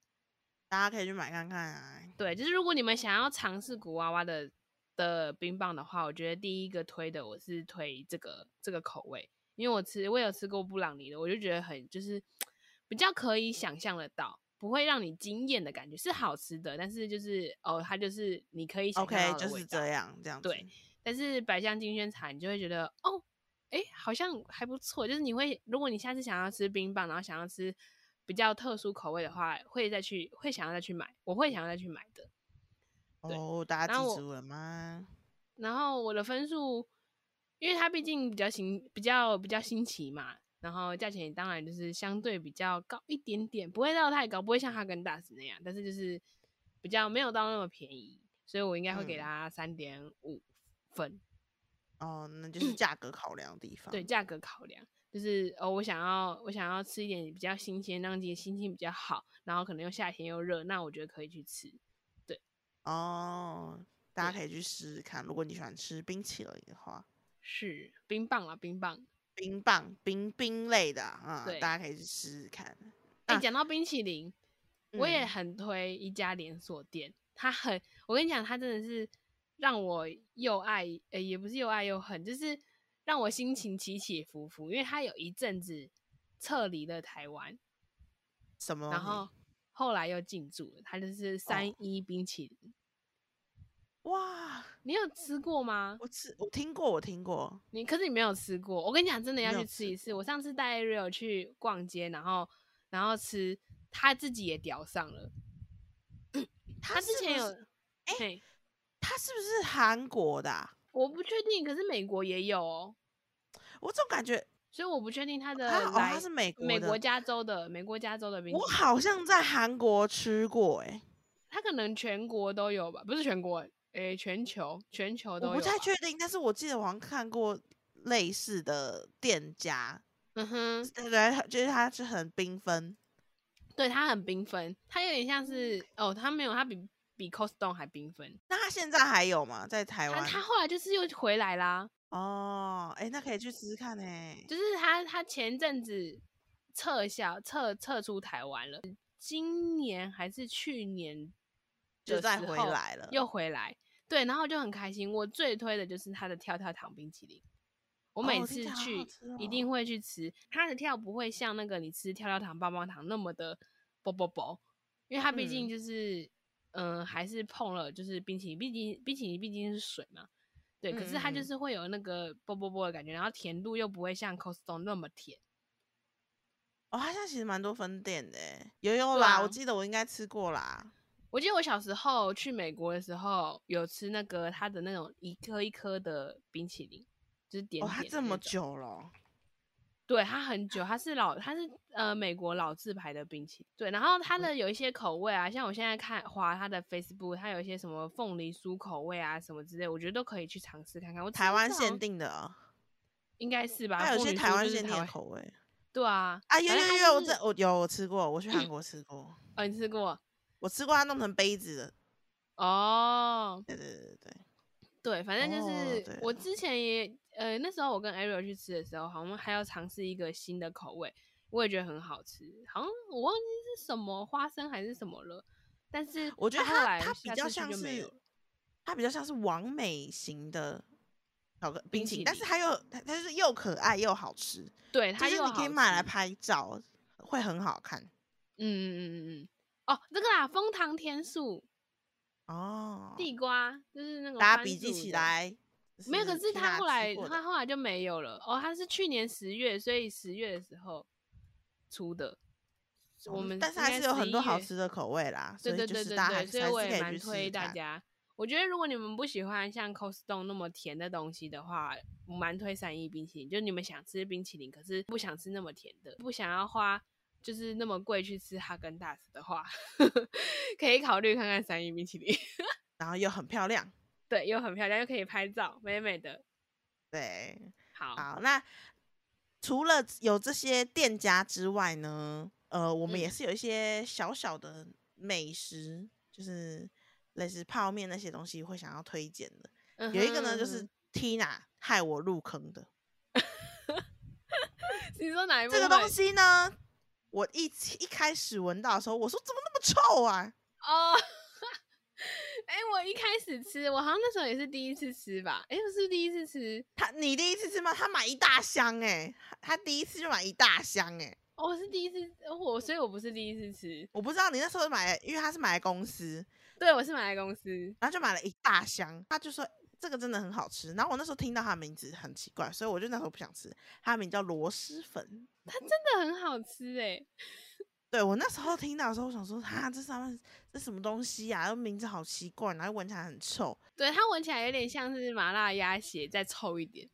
Speaker 2: 大家可以去买看看啊。
Speaker 1: 对，就是如果你们想要尝试古娃娃的的冰棒的话，我觉得第一个推的我是推这个这个口味，因为我吃我有吃过布朗尼的，我就觉得很就是比较可以想象得到，不会让你惊艳的感觉，是好吃的，但是就是哦，它就是你可以想象
Speaker 2: OK，
Speaker 1: 到的
Speaker 2: 就
Speaker 1: 味
Speaker 2: 是
Speaker 1: 道
Speaker 2: 这。样，这样子。
Speaker 1: 对但是百香金萱茶，你就会觉得哦，哎，好像还不错。就是你会，如果你下次想要吃冰棒，然后想要吃比较特殊口味的话，会再去会想要再去买，我会想要再去买的。对
Speaker 2: 哦，大家
Speaker 1: 然后
Speaker 2: 记
Speaker 1: 我
Speaker 2: 住了吗？
Speaker 1: 然后我的分数，因为它毕竟比较新，比较比较新奇嘛，然后价钱当然就是相对比较高一点点，不会到太高，不会像哈根达斯那样，但是就是比较没有到那么便宜，所以我应该会给
Speaker 2: 嗯
Speaker 1: 它三点五分。
Speaker 2: 哦，那就是价格考量的地方。
Speaker 1: 嗯对，价格考量，就是哦，我想要我想要吃一点比较新鲜，让自己心情比较好，然后可能又夏天又热，那我觉得可以去吃。
Speaker 2: 哦，大家
Speaker 1: 对
Speaker 2: 可以去试试看。如果你喜欢吃冰淇淋的话，
Speaker 1: 是冰棒啊，冰棒。
Speaker 2: 冰棒、冰冰类的啊，
Speaker 1: 对
Speaker 2: 大家可以去试试看。
Speaker 1: 哎、
Speaker 2: 啊
Speaker 1: 讲、到冰淇淋，我也
Speaker 2: 嗯
Speaker 1: 很推一家连锁店，它很，我跟你讲，它真的是让我又爱，呃、也不是又爱又恨，就是让我心情起起伏伏，因为它有一阵子撤离了台湾，
Speaker 2: 什么东
Speaker 1: 然
Speaker 2: 西？
Speaker 1: 后后来又进驻了，它就是三一冰淇淋。
Speaker 2: 哇，
Speaker 1: 你有吃过吗？
Speaker 2: 我吃，我听过，我听过。
Speaker 1: 你可是你没有吃过，我跟你讲，真的要
Speaker 2: 没有
Speaker 1: 去吃
Speaker 2: 吃
Speaker 1: 一次。我上次带 Rio 去逛街，然后然后吃，他自己也屌上了。他之
Speaker 2: 啊是
Speaker 1: 前
Speaker 2: 不
Speaker 1: 有
Speaker 2: 是，哎
Speaker 1: 嘿
Speaker 2: 它是不是韩国的啊、
Speaker 1: 我不确定，可是美国也有哦，
Speaker 2: 我总感觉
Speaker 1: 所以我不确定它的
Speaker 2: 它哦，
Speaker 1: 来、
Speaker 2: 它是美国
Speaker 1: 美
Speaker 2: 的
Speaker 1: 国加州的美国加州的冰淇
Speaker 2: 我
Speaker 1: 淋，
Speaker 2: 好像在韩国吃过、欸，
Speaker 1: 它可能全国都有吧，不是全国，诶、全球全球都有啊
Speaker 2: 我
Speaker 1: 吧。
Speaker 2: 不太确定，但是我记得我好像看过类似的店家，
Speaker 1: 嗯哼，
Speaker 2: 对对，就是它是很缤纷
Speaker 1: 对，它很缤纷，它有点像是
Speaker 2: 嗯
Speaker 1: 哦，它没有，它比比 Costco 还缤纷。
Speaker 2: 那它现在还有吗？在台
Speaker 1: 它
Speaker 2: 湾？
Speaker 1: 它嗯后来就是又回来啦，
Speaker 2: 哦，哎、那可以去试试看哎、
Speaker 1: 就是他他前阵子撤销撤撤出台湾了，今年还是去年
Speaker 2: 就
Speaker 1: 的
Speaker 2: 再
Speaker 1: 时
Speaker 2: 回
Speaker 1: 候
Speaker 2: 来了
Speaker 1: 又回来，对，然后就很开心。我最推的就是他的跳跳糖冰淇淋，我
Speaker 2: 哦
Speaker 1: 每
Speaker 2: 听
Speaker 1: 次
Speaker 2: 起来好好
Speaker 1: 去、
Speaker 2: 吃
Speaker 1: 一
Speaker 2: 哦
Speaker 1: 定会去吃，它的跳不会像那个你吃跳跳糖、棒棒糖那么的啵啵啵，因为它毕竟
Speaker 2: 嗯
Speaker 1: 就是嗯、呃还是碰了就是冰淇淋，毕竟冰淇淋毕竟是水嘛，对，可是它
Speaker 2: 嗯
Speaker 1: 就
Speaker 2: 嗯嗯
Speaker 1: 是会有那个啵啵啵的感觉，然后甜度又不会像 Costco 那么甜。
Speaker 2: 哦，它现在其实蛮多分店的、欸，有有
Speaker 1: 对
Speaker 2: 啦，
Speaker 1: 啊
Speaker 2: 我记得我应该吃过啦。
Speaker 1: 我记得我小时候去美国的时候，有吃那个它的那种一颗一颗的冰淇淋，就是点
Speaker 2: 哦，
Speaker 1: 点
Speaker 2: 它
Speaker 1: 的
Speaker 2: 这
Speaker 1: 那
Speaker 2: 么
Speaker 1: 种，
Speaker 2: 久了哦，
Speaker 1: 对，它很久，它是老，它是呃美国老字牌的冰淇淋，对，然后
Speaker 2: 嗯
Speaker 1: 它的有一些口味啊，像我现在看划它的 Facebook，它有一些什么凤梨酥口味啊什么之类，我觉得都可以去尝试看看。我只
Speaker 2: 台湾
Speaker 1: 是好
Speaker 2: 限
Speaker 1: 像
Speaker 2: 定的哦，
Speaker 1: 应该是吧？
Speaker 2: 它有
Speaker 1: 啊凤
Speaker 2: 些
Speaker 1: 梨
Speaker 2: 台
Speaker 1: 酥
Speaker 2: 湾
Speaker 1: 就是
Speaker 2: 限定
Speaker 1: 台
Speaker 2: 的
Speaker 1: 湾
Speaker 2: 口味
Speaker 1: 对啊，
Speaker 2: 啊，有
Speaker 1: 反正
Speaker 2: 有
Speaker 1: 它
Speaker 2: 有，我
Speaker 1: 就
Speaker 2: 这
Speaker 1: 是嗯
Speaker 2: 我有我吃过，我去韩国吃过，
Speaker 1: 哦，你吃过
Speaker 2: 我吃过它弄成杯子的，
Speaker 1: 哦？
Speaker 2: 对对对对，
Speaker 1: 对，反正就
Speaker 2: 哦
Speaker 1: 是
Speaker 2: 对
Speaker 1: 我之前也呃那时候我跟 Ariel 去吃的时候，好像还要尝试一个新的口味，我也觉得很好吃，好像我忘记是什么花生还是什么了，但是
Speaker 2: 我觉得
Speaker 1: 它后
Speaker 2: 它
Speaker 1: 来
Speaker 2: 它比
Speaker 1: 下
Speaker 2: 较
Speaker 1: 次去
Speaker 2: 像
Speaker 1: 就没有
Speaker 2: 是
Speaker 1: 了，
Speaker 2: 它比较像是完美型的巧克
Speaker 1: 冰
Speaker 2: 冰
Speaker 1: 淇
Speaker 2: 淇淋，但是
Speaker 1: 淋
Speaker 2: 它又它它就是又可爱又好吃，
Speaker 1: 对，
Speaker 2: 就
Speaker 1: 它
Speaker 2: 是
Speaker 1: 又
Speaker 2: 你可以
Speaker 1: 好
Speaker 2: 买来
Speaker 1: 吃
Speaker 2: 拍照，会很好看
Speaker 1: 嗯嗯嗯嗯嗯，哦，这个啦，枫糖甜素
Speaker 2: 哦。
Speaker 1: 地瓜就是那个
Speaker 2: 大家
Speaker 1: 番
Speaker 2: 笔记
Speaker 1: 薯
Speaker 2: 起
Speaker 1: 的。
Speaker 2: 来。就
Speaker 1: 没有，可是
Speaker 2: 去
Speaker 1: 他
Speaker 2: 哪
Speaker 1: 后
Speaker 2: 吃
Speaker 1: 来
Speaker 2: 过
Speaker 1: 他
Speaker 2: 的
Speaker 1: 后来就没有了哦，他是去年十月，所以十月的时候出的。我
Speaker 2: 嗯
Speaker 1: 们
Speaker 2: 但是
Speaker 1: 应
Speaker 2: 还
Speaker 1: 该
Speaker 2: 是有很多
Speaker 1: 11
Speaker 2: 好
Speaker 1: 月
Speaker 2: 吃的口味啦，
Speaker 1: 对
Speaker 2: 所以
Speaker 1: 对
Speaker 2: 就
Speaker 1: 对
Speaker 2: 是
Speaker 1: 对
Speaker 2: 大家
Speaker 1: 对，
Speaker 2: 还
Speaker 1: 所
Speaker 2: 是
Speaker 1: 以
Speaker 2: 还
Speaker 1: 我
Speaker 2: 是
Speaker 1: 也
Speaker 2: 可以
Speaker 1: 蛮
Speaker 2: 去试试
Speaker 1: 推大
Speaker 2: 看。
Speaker 1: 家。我觉得如果你们不喜欢像 c o s t o n 那么甜的东西的话，我蛮推三一冰淇淋。就是你们想吃冰淇淋，可是不想吃那么甜的，不想要花就是那么贵去吃哈根达斯的话， 可以考虑看看三一冰淇淋。
Speaker 2: 然后又很漂亮。
Speaker 1: 对，又很漂亮，又可以拍照，美美的。
Speaker 2: 对，
Speaker 1: 好，
Speaker 2: 好，那除了有这些店家之外呢，呃，我们也
Speaker 1: 嗯
Speaker 2: 是有一些小小的美食，就是类似泡面那些东西会想要推荐的。有一个呢，就
Speaker 1: 嗯
Speaker 2: 是 Tina 害我入坑的
Speaker 1: 哼你说哪一部
Speaker 2: 这
Speaker 1: 分？
Speaker 2: 个东西呢，我一一开始闻到的时候，我说怎么那么臭啊？
Speaker 1: 哦。 哎、我一开始吃，我好像那时候也是第一次吃吧？哎、我是不是第一次吃，
Speaker 2: 他你第一次吃吗？他买一大箱哎、他他第一次就买一大箱哎、
Speaker 1: 哦我是第一次，哦我所以我不是第一次吃，
Speaker 2: 我不知道你那时候买来，因为他是买来公司，
Speaker 1: 对我是买来公司，
Speaker 2: 然后就买了一大箱。他就说这个真的很好吃。然后我那时候听到它的名字很奇怪，所以我就那时候不想吃。它的名叫螺蛳粉。
Speaker 1: 真的很好吃哎、
Speaker 2: 对我那时候听到的时候，我想说，哈，这上面这什么东西呀、这名字好奇怪，然后闻起来很臭。
Speaker 1: 对，它闻起来有点像是麻辣鸭血，再臭一点。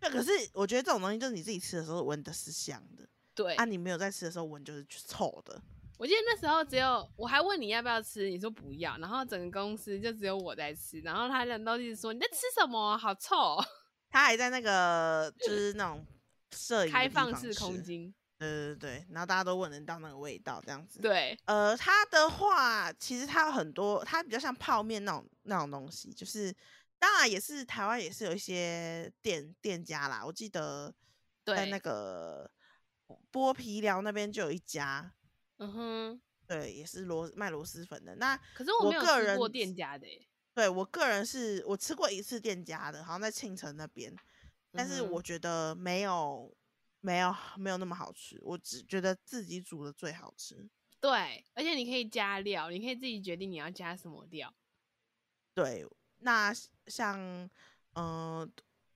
Speaker 2: 对，可是我觉得这种东西就是你自己吃的时候闻的是香的，
Speaker 1: 对，
Speaker 2: 啊，你没有在吃的时候闻就是臭的。
Speaker 1: 我记得那时候只有我还问你要不要吃，你说不要，然后整个公司就只有我在吃，然后他人都一直说你在吃什么，好臭、哦，
Speaker 2: 他还在那个就是那种摄影的
Speaker 1: 开
Speaker 2: 地
Speaker 1: 放
Speaker 2: 方
Speaker 1: 式空
Speaker 2: 吃，
Speaker 1: 间。
Speaker 2: 对对对，然后大家都闻得到那个味道，这样子。
Speaker 1: 对，
Speaker 2: 呃，它的话，其实它有很多，它比较像泡面那种那种东西，就是当然也是台湾也是有一些店店家啦，我记得在
Speaker 1: 对
Speaker 2: 那个剥皮寮那边就有一家，
Speaker 1: 嗯哼。
Speaker 2: 对，也是螺卖螺蛳粉的。那
Speaker 1: 可是我没有
Speaker 2: 我个
Speaker 1: 吃过
Speaker 2: 人
Speaker 1: 店家的欸耶、
Speaker 2: 对我个人是我吃过一次店家的，好像在庆城那边，但是
Speaker 1: 嗯哼
Speaker 2: 我觉得没有没有没有那么好吃，我只觉得自己煮的最好吃。
Speaker 1: 对，而且你可以加料，你可以自己决定你要加什么料。
Speaker 2: 对，那像嗯、呃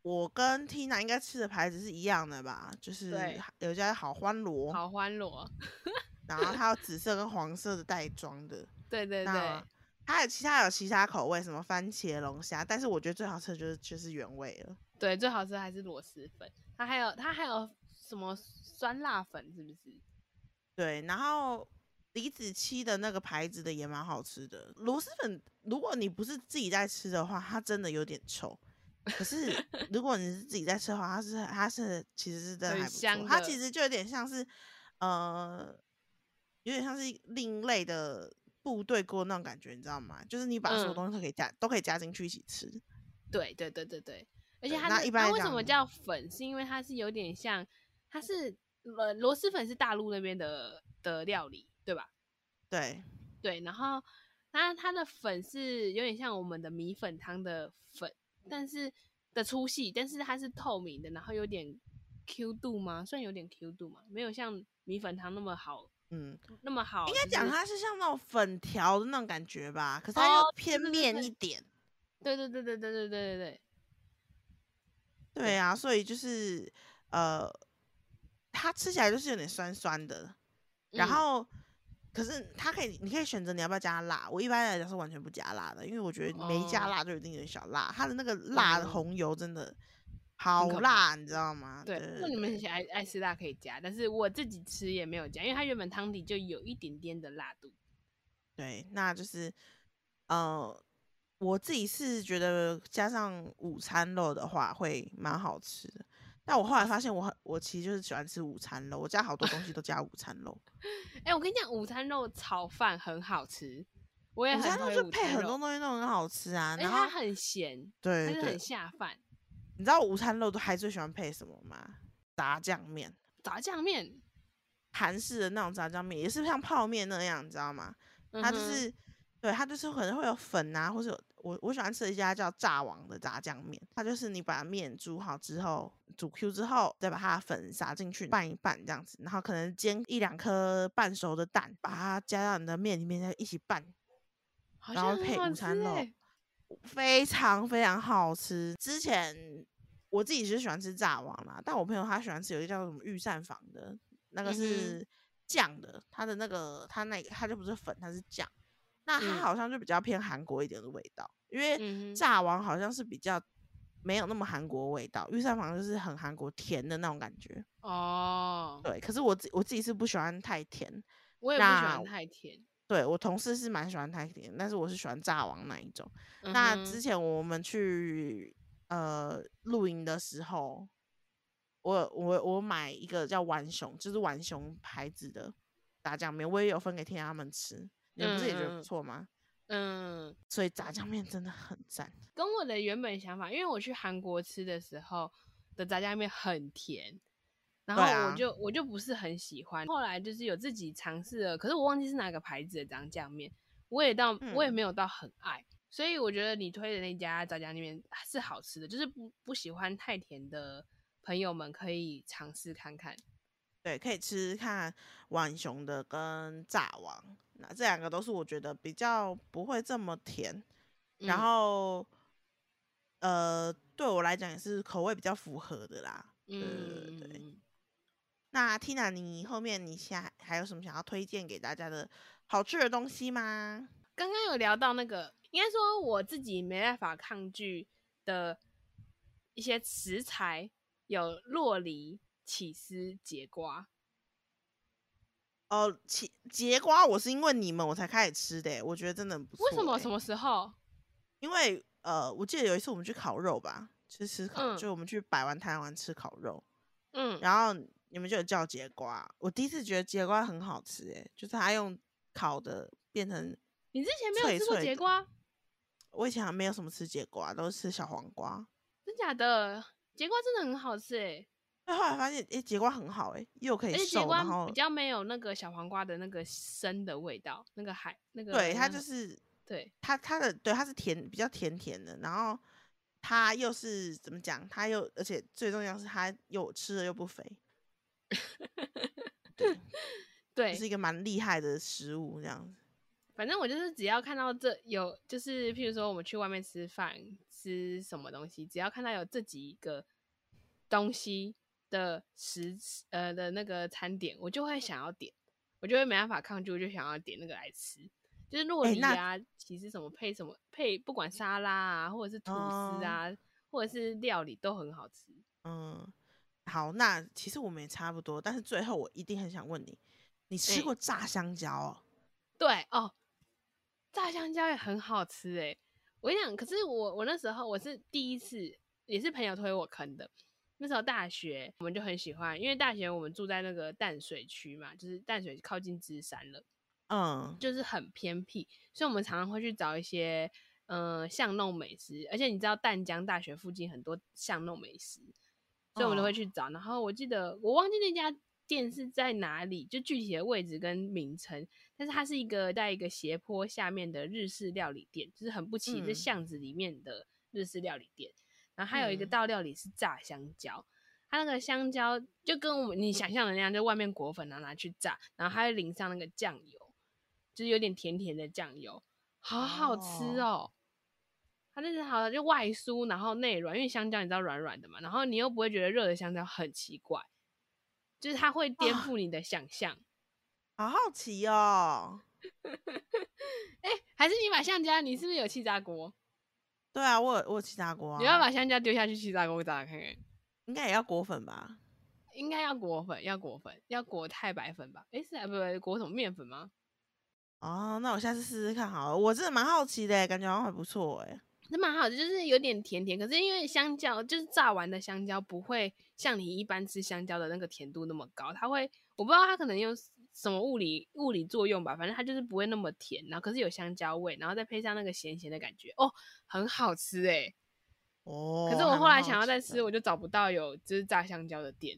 Speaker 2: 我跟 Tina 应该吃的牌子是一样的吧？就是
Speaker 1: 对
Speaker 2: 哈有一家好欢螺，
Speaker 1: 好欢哦螺，
Speaker 2: 然后它有紫色跟黄色的袋装的。
Speaker 1: 对对对
Speaker 2: 那，它有其他有其他口味，什么番茄龙虾，但是我觉得最好吃的就是就是原味了。
Speaker 1: 对，最好吃的还是螺蛳粉。它还有它还有什么酸辣粉，是不是？
Speaker 2: 对，然后李子柒的那个牌子的也蛮好吃的。螺蛳粉，如果你不是自己在吃的话，它真的有点臭。可是如果你是自己在吃的话，它是它是其实是真的
Speaker 1: 很
Speaker 2: 还不
Speaker 1: 香
Speaker 2: 错。它其
Speaker 1: 的
Speaker 2: 实就有点像是呃，有点像是另类的部队锅那种感觉，你知道吗？就是你把所有
Speaker 1: 嗯
Speaker 2: 东西都可以加，都可以加进去一起吃。
Speaker 1: 对对对对对，而且
Speaker 2: 对
Speaker 1: 它
Speaker 2: 那
Speaker 1: 那
Speaker 2: 一般来
Speaker 1: 它为什么叫
Speaker 2: 讲
Speaker 1: 粉？是因为它是有点像，它是呃螺蛳粉是大陆那边的的料理，对吧？
Speaker 2: 对，
Speaker 1: 对，然后它它的粉是有点像我们的米粉汤的粉，但是的粗细，但是它是透明的，然后有点 Q 度吗？算有点 Q 度嘛，没有像米粉汤那么好，
Speaker 2: 嗯，
Speaker 1: 那么好。
Speaker 2: 应该
Speaker 1: 就是
Speaker 2: 讲它是像那种粉条的那种感觉吧，可是它又
Speaker 1: 哦对
Speaker 2: 偏
Speaker 1: 对对
Speaker 2: 面
Speaker 1: 对
Speaker 2: 一点。
Speaker 1: 对对对对对对对对对，
Speaker 2: 对啊，所以就是呃，它吃起来就是有点酸酸的，然
Speaker 1: 嗯
Speaker 2: 后、可是它可以，你可以选择你要不要加辣。我一般来讲是完全不加辣的，因为我觉得没加
Speaker 1: 哦
Speaker 2: 辣就一定有点小辣，它的那个辣的
Speaker 1: 哦
Speaker 2: 红油真的好
Speaker 1: 可怕
Speaker 2: 辣，你知道吗？
Speaker 1: 对，如果你们喜欢爱爱吃辣可以加，但是我自己吃也没有加，因为它原本汤底就有一点点的辣度。
Speaker 2: 对，那就是呃，我自己是觉得加上午餐肉的话会蛮好吃的。但我后来发现我，很我其实就是喜欢吃午餐肉，我家好多东西都加午餐肉。
Speaker 1: 哎、我跟你讲，午餐肉炒饭很好吃，我也
Speaker 2: 午
Speaker 1: 很
Speaker 2: 餐肉
Speaker 1: 推
Speaker 2: 就
Speaker 1: 午
Speaker 2: 配
Speaker 1: 餐
Speaker 2: 很
Speaker 1: 肉
Speaker 2: 多，东西都很好吃啊。
Speaker 1: 而且
Speaker 2: 然
Speaker 1: 它
Speaker 2: 后
Speaker 1: 很咸，它
Speaker 2: 对
Speaker 1: 是
Speaker 2: 对
Speaker 1: 很，下饭。
Speaker 2: 你知道午餐肉都还最喜欢配什么吗？炸酱面，
Speaker 1: 炸酱面，
Speaker 2: 韩式的那种炸酱面也是像泡面那样，你知道吗？它
Speaker 1: 嗯
Speaker 2: 就
Speaker 1: 哼
Speaker 2: 是对它就是可能会有粉啊，或者有我我喜欢吃一家叫炸王的炸酱面，它就是你把面煮好之后，煮 Q 之后，再把它的粉撒进去拌一拌这样子，然后可能煎一两颗半熟的蛋，把它加到你的面里面再一起拌，
Speaker 1: 好
Speaker 2: 然
Speaker 1: 像
Speaker 2: 后
Speaker 1: 很
Speaker 2: 配
Speaker 1: 好
Speaker 2: 午餐
Speaker 1: 吃
Speaker 2: 肉
Speaker 1: 欸，
Speaker 2: 非常非常好吃。之前我自己是喜欢吃炸王啦，但我朋友他喜欢吃有一个叫什么御膳房的，那个
Speaker 1: 嗯哼
Speaker 2: 是酱的，它的那个它那个它就不是粉，它是酱，那它
Speaker 1: 嗯
Speaker 2: 好像就比较偏韩国一点的味道，因为
Speaker 1: 嗯哼，
Speaker 2: 炸王好像是比较没有那么韩国味道，御膳房就是很韩国甜的那种感觉。
Speaker 1: 哦，
Speaker 2: 对，可是我自我自己是不喜欢太甜，
Speaker 1: 我也不喜
Speaker 2: 那
Speaker 1: 欢太甜。
Speaker 2: 对我同事是蛮喜欢太甜，但是我是喜欢炸王那一种。
Speaker 1: 嗯
Speaker 2: 那
Speaker 1: 哼
Speaker 2: 之前我们去呃露营的时候，我我我买一个叫浣熊，就是浣熊牌子的炸酱面，我也有分给天他们吃，你们不是也觉得
Speaker 1: 嗯嗯
Speaker 2: 不
Speaker 1: 嗯
Speaker 2: 错吗？
Speaker 1: 嗯，
Speaker 2: 所以炸酱面真的很赞。
Speaker 1: 跟我的原本想法，因为我去韩国吃的时候的炸酱面很甜，然后
Speaker 2: 对啊
Speaker 1: 我就、我就不是很喜欢。后来就是有自己尝试了，可是我忘记是哪个牌子的炸酱面，我也到、我也
Speaker 2: 嗯
Speaker 1: 没有到很爱，所以我觉得你推的那家炸酱面是好吃的，就是不不喜欢太甜的朋友们可以尝试看看。
Speaker 2: 对，可以吃吃看浣熊的跟炸王，那这两个都是我觉得比较不会这么甜，
Speaker 1: 嗯
Speaker 2: 然后呃对我来讲也是口味比较符合的啦。对
Speaker 1: 嗯，
Speaker 2: 对那 Tina，你后面你下还有什么想要推荐给大家的好吃的东西吗？
Speaker 1: 刚刚有聊到那个，应该说我自己没办法抗拒的一些食材，有洛梨、起司、节瓜。
Speaker 2: 哦，其节瓜我是因为你们我才开始吃的欸，我觉得真的很不错。欸
Speaker 1: 为什么？什？么时候？
Speaker 2: 因为呃，我记得有一次我们去烤肉吧，去吃烤，
Speaker 1: 嗯
Speaker 2: 就我们去百万台湾吃烤肉，
Speaker 1: 嗯，
Speaker 2: 然后你们就有叫节瓜，我第一次觉得节瓜很好吃，哎，就是它用烤的变成，
Speaker 1: 你之前没有
Speaker 2: 脆
Speaker 1: 吃过
Speaker 2: 脆
Speaker 1: 节
Speaker 2: 的
Speaker 1: 瓜？
Speaker 2: 我以前还没有什么吃节瓜，都是吃小黄瓜。
Speaker 1: 真假的？节瓜真的很好吃诶、
Speaker 2: 但后来发现，哎、节瓜很好，哎，又可
Speaker 1: 而
Speaker 2: 以
Speaker 1: 且节
Speaker 2: 瘦，然
Speaker 1: 瓜
Speaker 2: 后
Speaker 1: 比较没有那个小黄瓜的那个生的味道，那个海那个
Speaker 2: 对它
Speaker 1: 那
Speaker 2: 就
Speaker 1: 个
Speaker 2: 是
Speaker 1: 对，
Speaker 2: 它它的对它是甜比较甜甜的，然后它又是怎么讲？它又而且最重要是它又吃了又不肥，对，
Speaker 1: 对
Speaker 2: 这是一个蛮厉害的食物这样子。
Speaker 1: 反正我就是只要看到这有，就是譬如说我们去外面吃饭吃什么东西，只要看到有这几个东西的食呃的那个餐点，我就会想要点，我就会没办法抗拒，我就想要点那个来吃。就是洛
Speaker 2: 哎
Speaker 1: 梨
Speaker 2: 那
Speaker 1: 啊，其实什么配什么配，不管沙拉啊，或者是吐司啊，或者是料理都很好吃。
Speaker 2: 嗯，好，那其实我们也差不多，但是最后我一定很想问你，你吃
Speaker 1: 哎
Speaker 2: 过炸香蕉哦？
Speaker 1: 对哦，炸香蕉也很好吃哎。我跟你讲，可是我我那时候我是第一次，也是朋友推我坑的。那时候大学我们就很喜欢，因为大学我们住在那个淡水区嘛，就是淡水靠近芝山了，
Speaker 2: 嗯，
Speaker 1: 就是很偏僻，所以我们常常会去找一些呃巷弄美食。而且你知道淡江大学附近很多巷弄美食，所以我们都
Speaker 2: 哦
Speaker 1: 会去找。然后我记得我忘记那家店是在哪里，就具体的位置跟名称，但是它是一个在一个斜坡下面的日式料理店，就是很不起这
Speaker 2: 嗯
Speaker 1: 巷子里面的日式料理店。然后还有一个
Speaker 2: 嗯
Speaker 1: 道料理是炸香蕉，它那个香蕉就跟我们你想象的那样，就外面裹粉然后啊拿去炸，然后它会淋上那个酱油，就是有点甜甜的酱油，好好吃哦。它真的好，就外酥然后内软，因为香蕉你知道软软的嘛，然后你又不会觉得热的香蕉很奇怪，就是它会颠
Speaker 2: 哇
Speaker 1: 覆你的想象。
Speaker 2: 好好奇哦。
Speaker 1: 哎、还是你把香蕉，你是不是有气炸锅？
Speaker 2: 对啊，我有我有吃炸过啊，
Speaker 1: 你要把香蕉丢下去气炸锅炸看看。
Speaker 2: 应该也要裹粉吧？
Speaker 1: 应该要裹粉，要裹粉，要裹太白粉吧？哎、是啊，不不，裹什么面粉吗？
Speaker 2: 哦，那我下次试试看好了。我真的蛮好奇的，欸感觉好像还不错哎。
Speaker 1: 那蛮好的，就是有点甜甜，可是因为香蕉就是炸完的香蕉不会像你一般吃香蕉的那个甜度那么高，它会我不知道它可能用什么物理物理作用吧，反正它就是不会那么甜，然后可是有香蕉味，然后再配上那个咸咸的感觉，哦，很好吃哎、
Speaker 2: 哦，
Speaker 1: 可是我
Speaker 2: 还
Speaker 1: 后
Speaker 2: 蛮
Speaker 1: 来
Speaker 2: 好
Speaker 1: 想要
Speaker 2: 奇哦
Speaker 1: 再
Speaker 2: 的
Speaker 1: 吃，我就找不到有就是炸香蕉的店。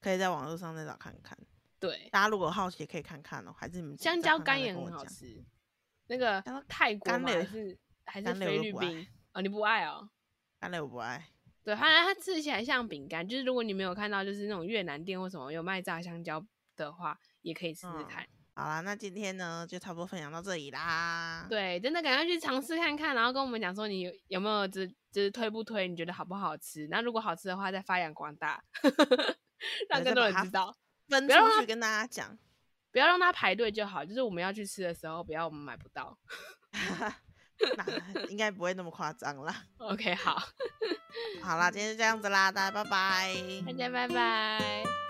Speaker 2: 可以在网络上再找看看。
Speaker 1: 对，
Speaker 2: 大家如果有好奇也可以看看哦，还是你们自己
Speaker 1: 香
Speaker 2: 找
Speaker 1: 蕉
Speaker 2: 看看
Speaker 1: 干
Speaker 2: 再
Speaker 1: 也
Speaker 2: 跟
Speaker 1: 很
Speaker 2: 我
Speaker 1: 好
Speaker 2: 讲。
Speaker 1: 吃，那个
Speaker 2: 香蕉
Speaker 1: 泰国
Speaker 2: 干
Speaker 1: 吗？
Speaker 2: 类
Speaker 1: 还
Speaker 2: 我
Speaker 1: 是还是
Speaker 2: 干类我
Speaker 1: 菲
Speaker 2: 都
Speaker 1: 律
Speaker 2: 不爱
Speaker 1: 宾？哦，你不爱哦？
Speaker 2: 干类我不爱，
Speaker 1: 对，反正它吃起来像饼干，就是如果你没有看到，就是那种越南店或什么有卖炸香蕉的话，也可以试试
Speaker 2: 嗯
Speaker 1: 看。
Speaker 2: 好啦，那今天呢就差不多分享到这里啦。，
Speaker 1: 对，真的赶快去尝试看看，然后跟我们讲说你有有没有就就是推不推，你觉得好不好吃？那如果好吃的话，再发扬光大，让 更
Speaker 2: 对再
Speaker 1: 多
Speaker 2: 把
Speaker 1: 人
Speaker 2: 它
Speaker 1: 知道。
Speaker 2: 分
Speaker 1: 不要让
Speaker 2: 出
Speaker 1: 它
Speaker 2: 去跟大家讲。
Speaker 1: 不要让它排队就好，就是我们要去吃的时候，不要我们买不到。
Speaker 2: 那应该不会那么夸张啦。
Speaker 1: OK，好，
Speaker 2: 好啦，今天就这样子啦，大家拜拜。
Speaker 1: 大家拜拜。